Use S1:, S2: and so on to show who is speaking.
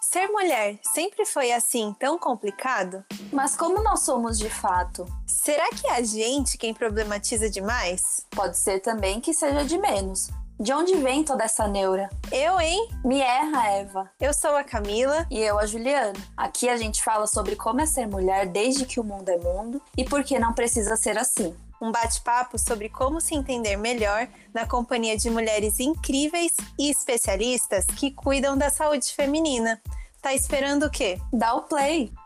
S1: Ser mulher sempre foi assim tão complicado?
S2: Mas como nós somos de fato?
S1: Será que é a gente quem problematiza demais?
S2: Pode ser também que seja de menos. De onde vem toda essa neura?
S1: Eu, hein?
S2: Me erra, Eva.
S1: Eu sou a Camila.
S2: E eu, a Juliana. Aqui a gente fala sobre como é ser mulher desde que o mundo é mundo e por que não precisa ser assim.
S1: Um bate-papo sobre como se entender melhor na companhia de mulheres incríveis e especialistas que cuidam da saúde feminina. Tá esperando o quê?
S2: Dá o play!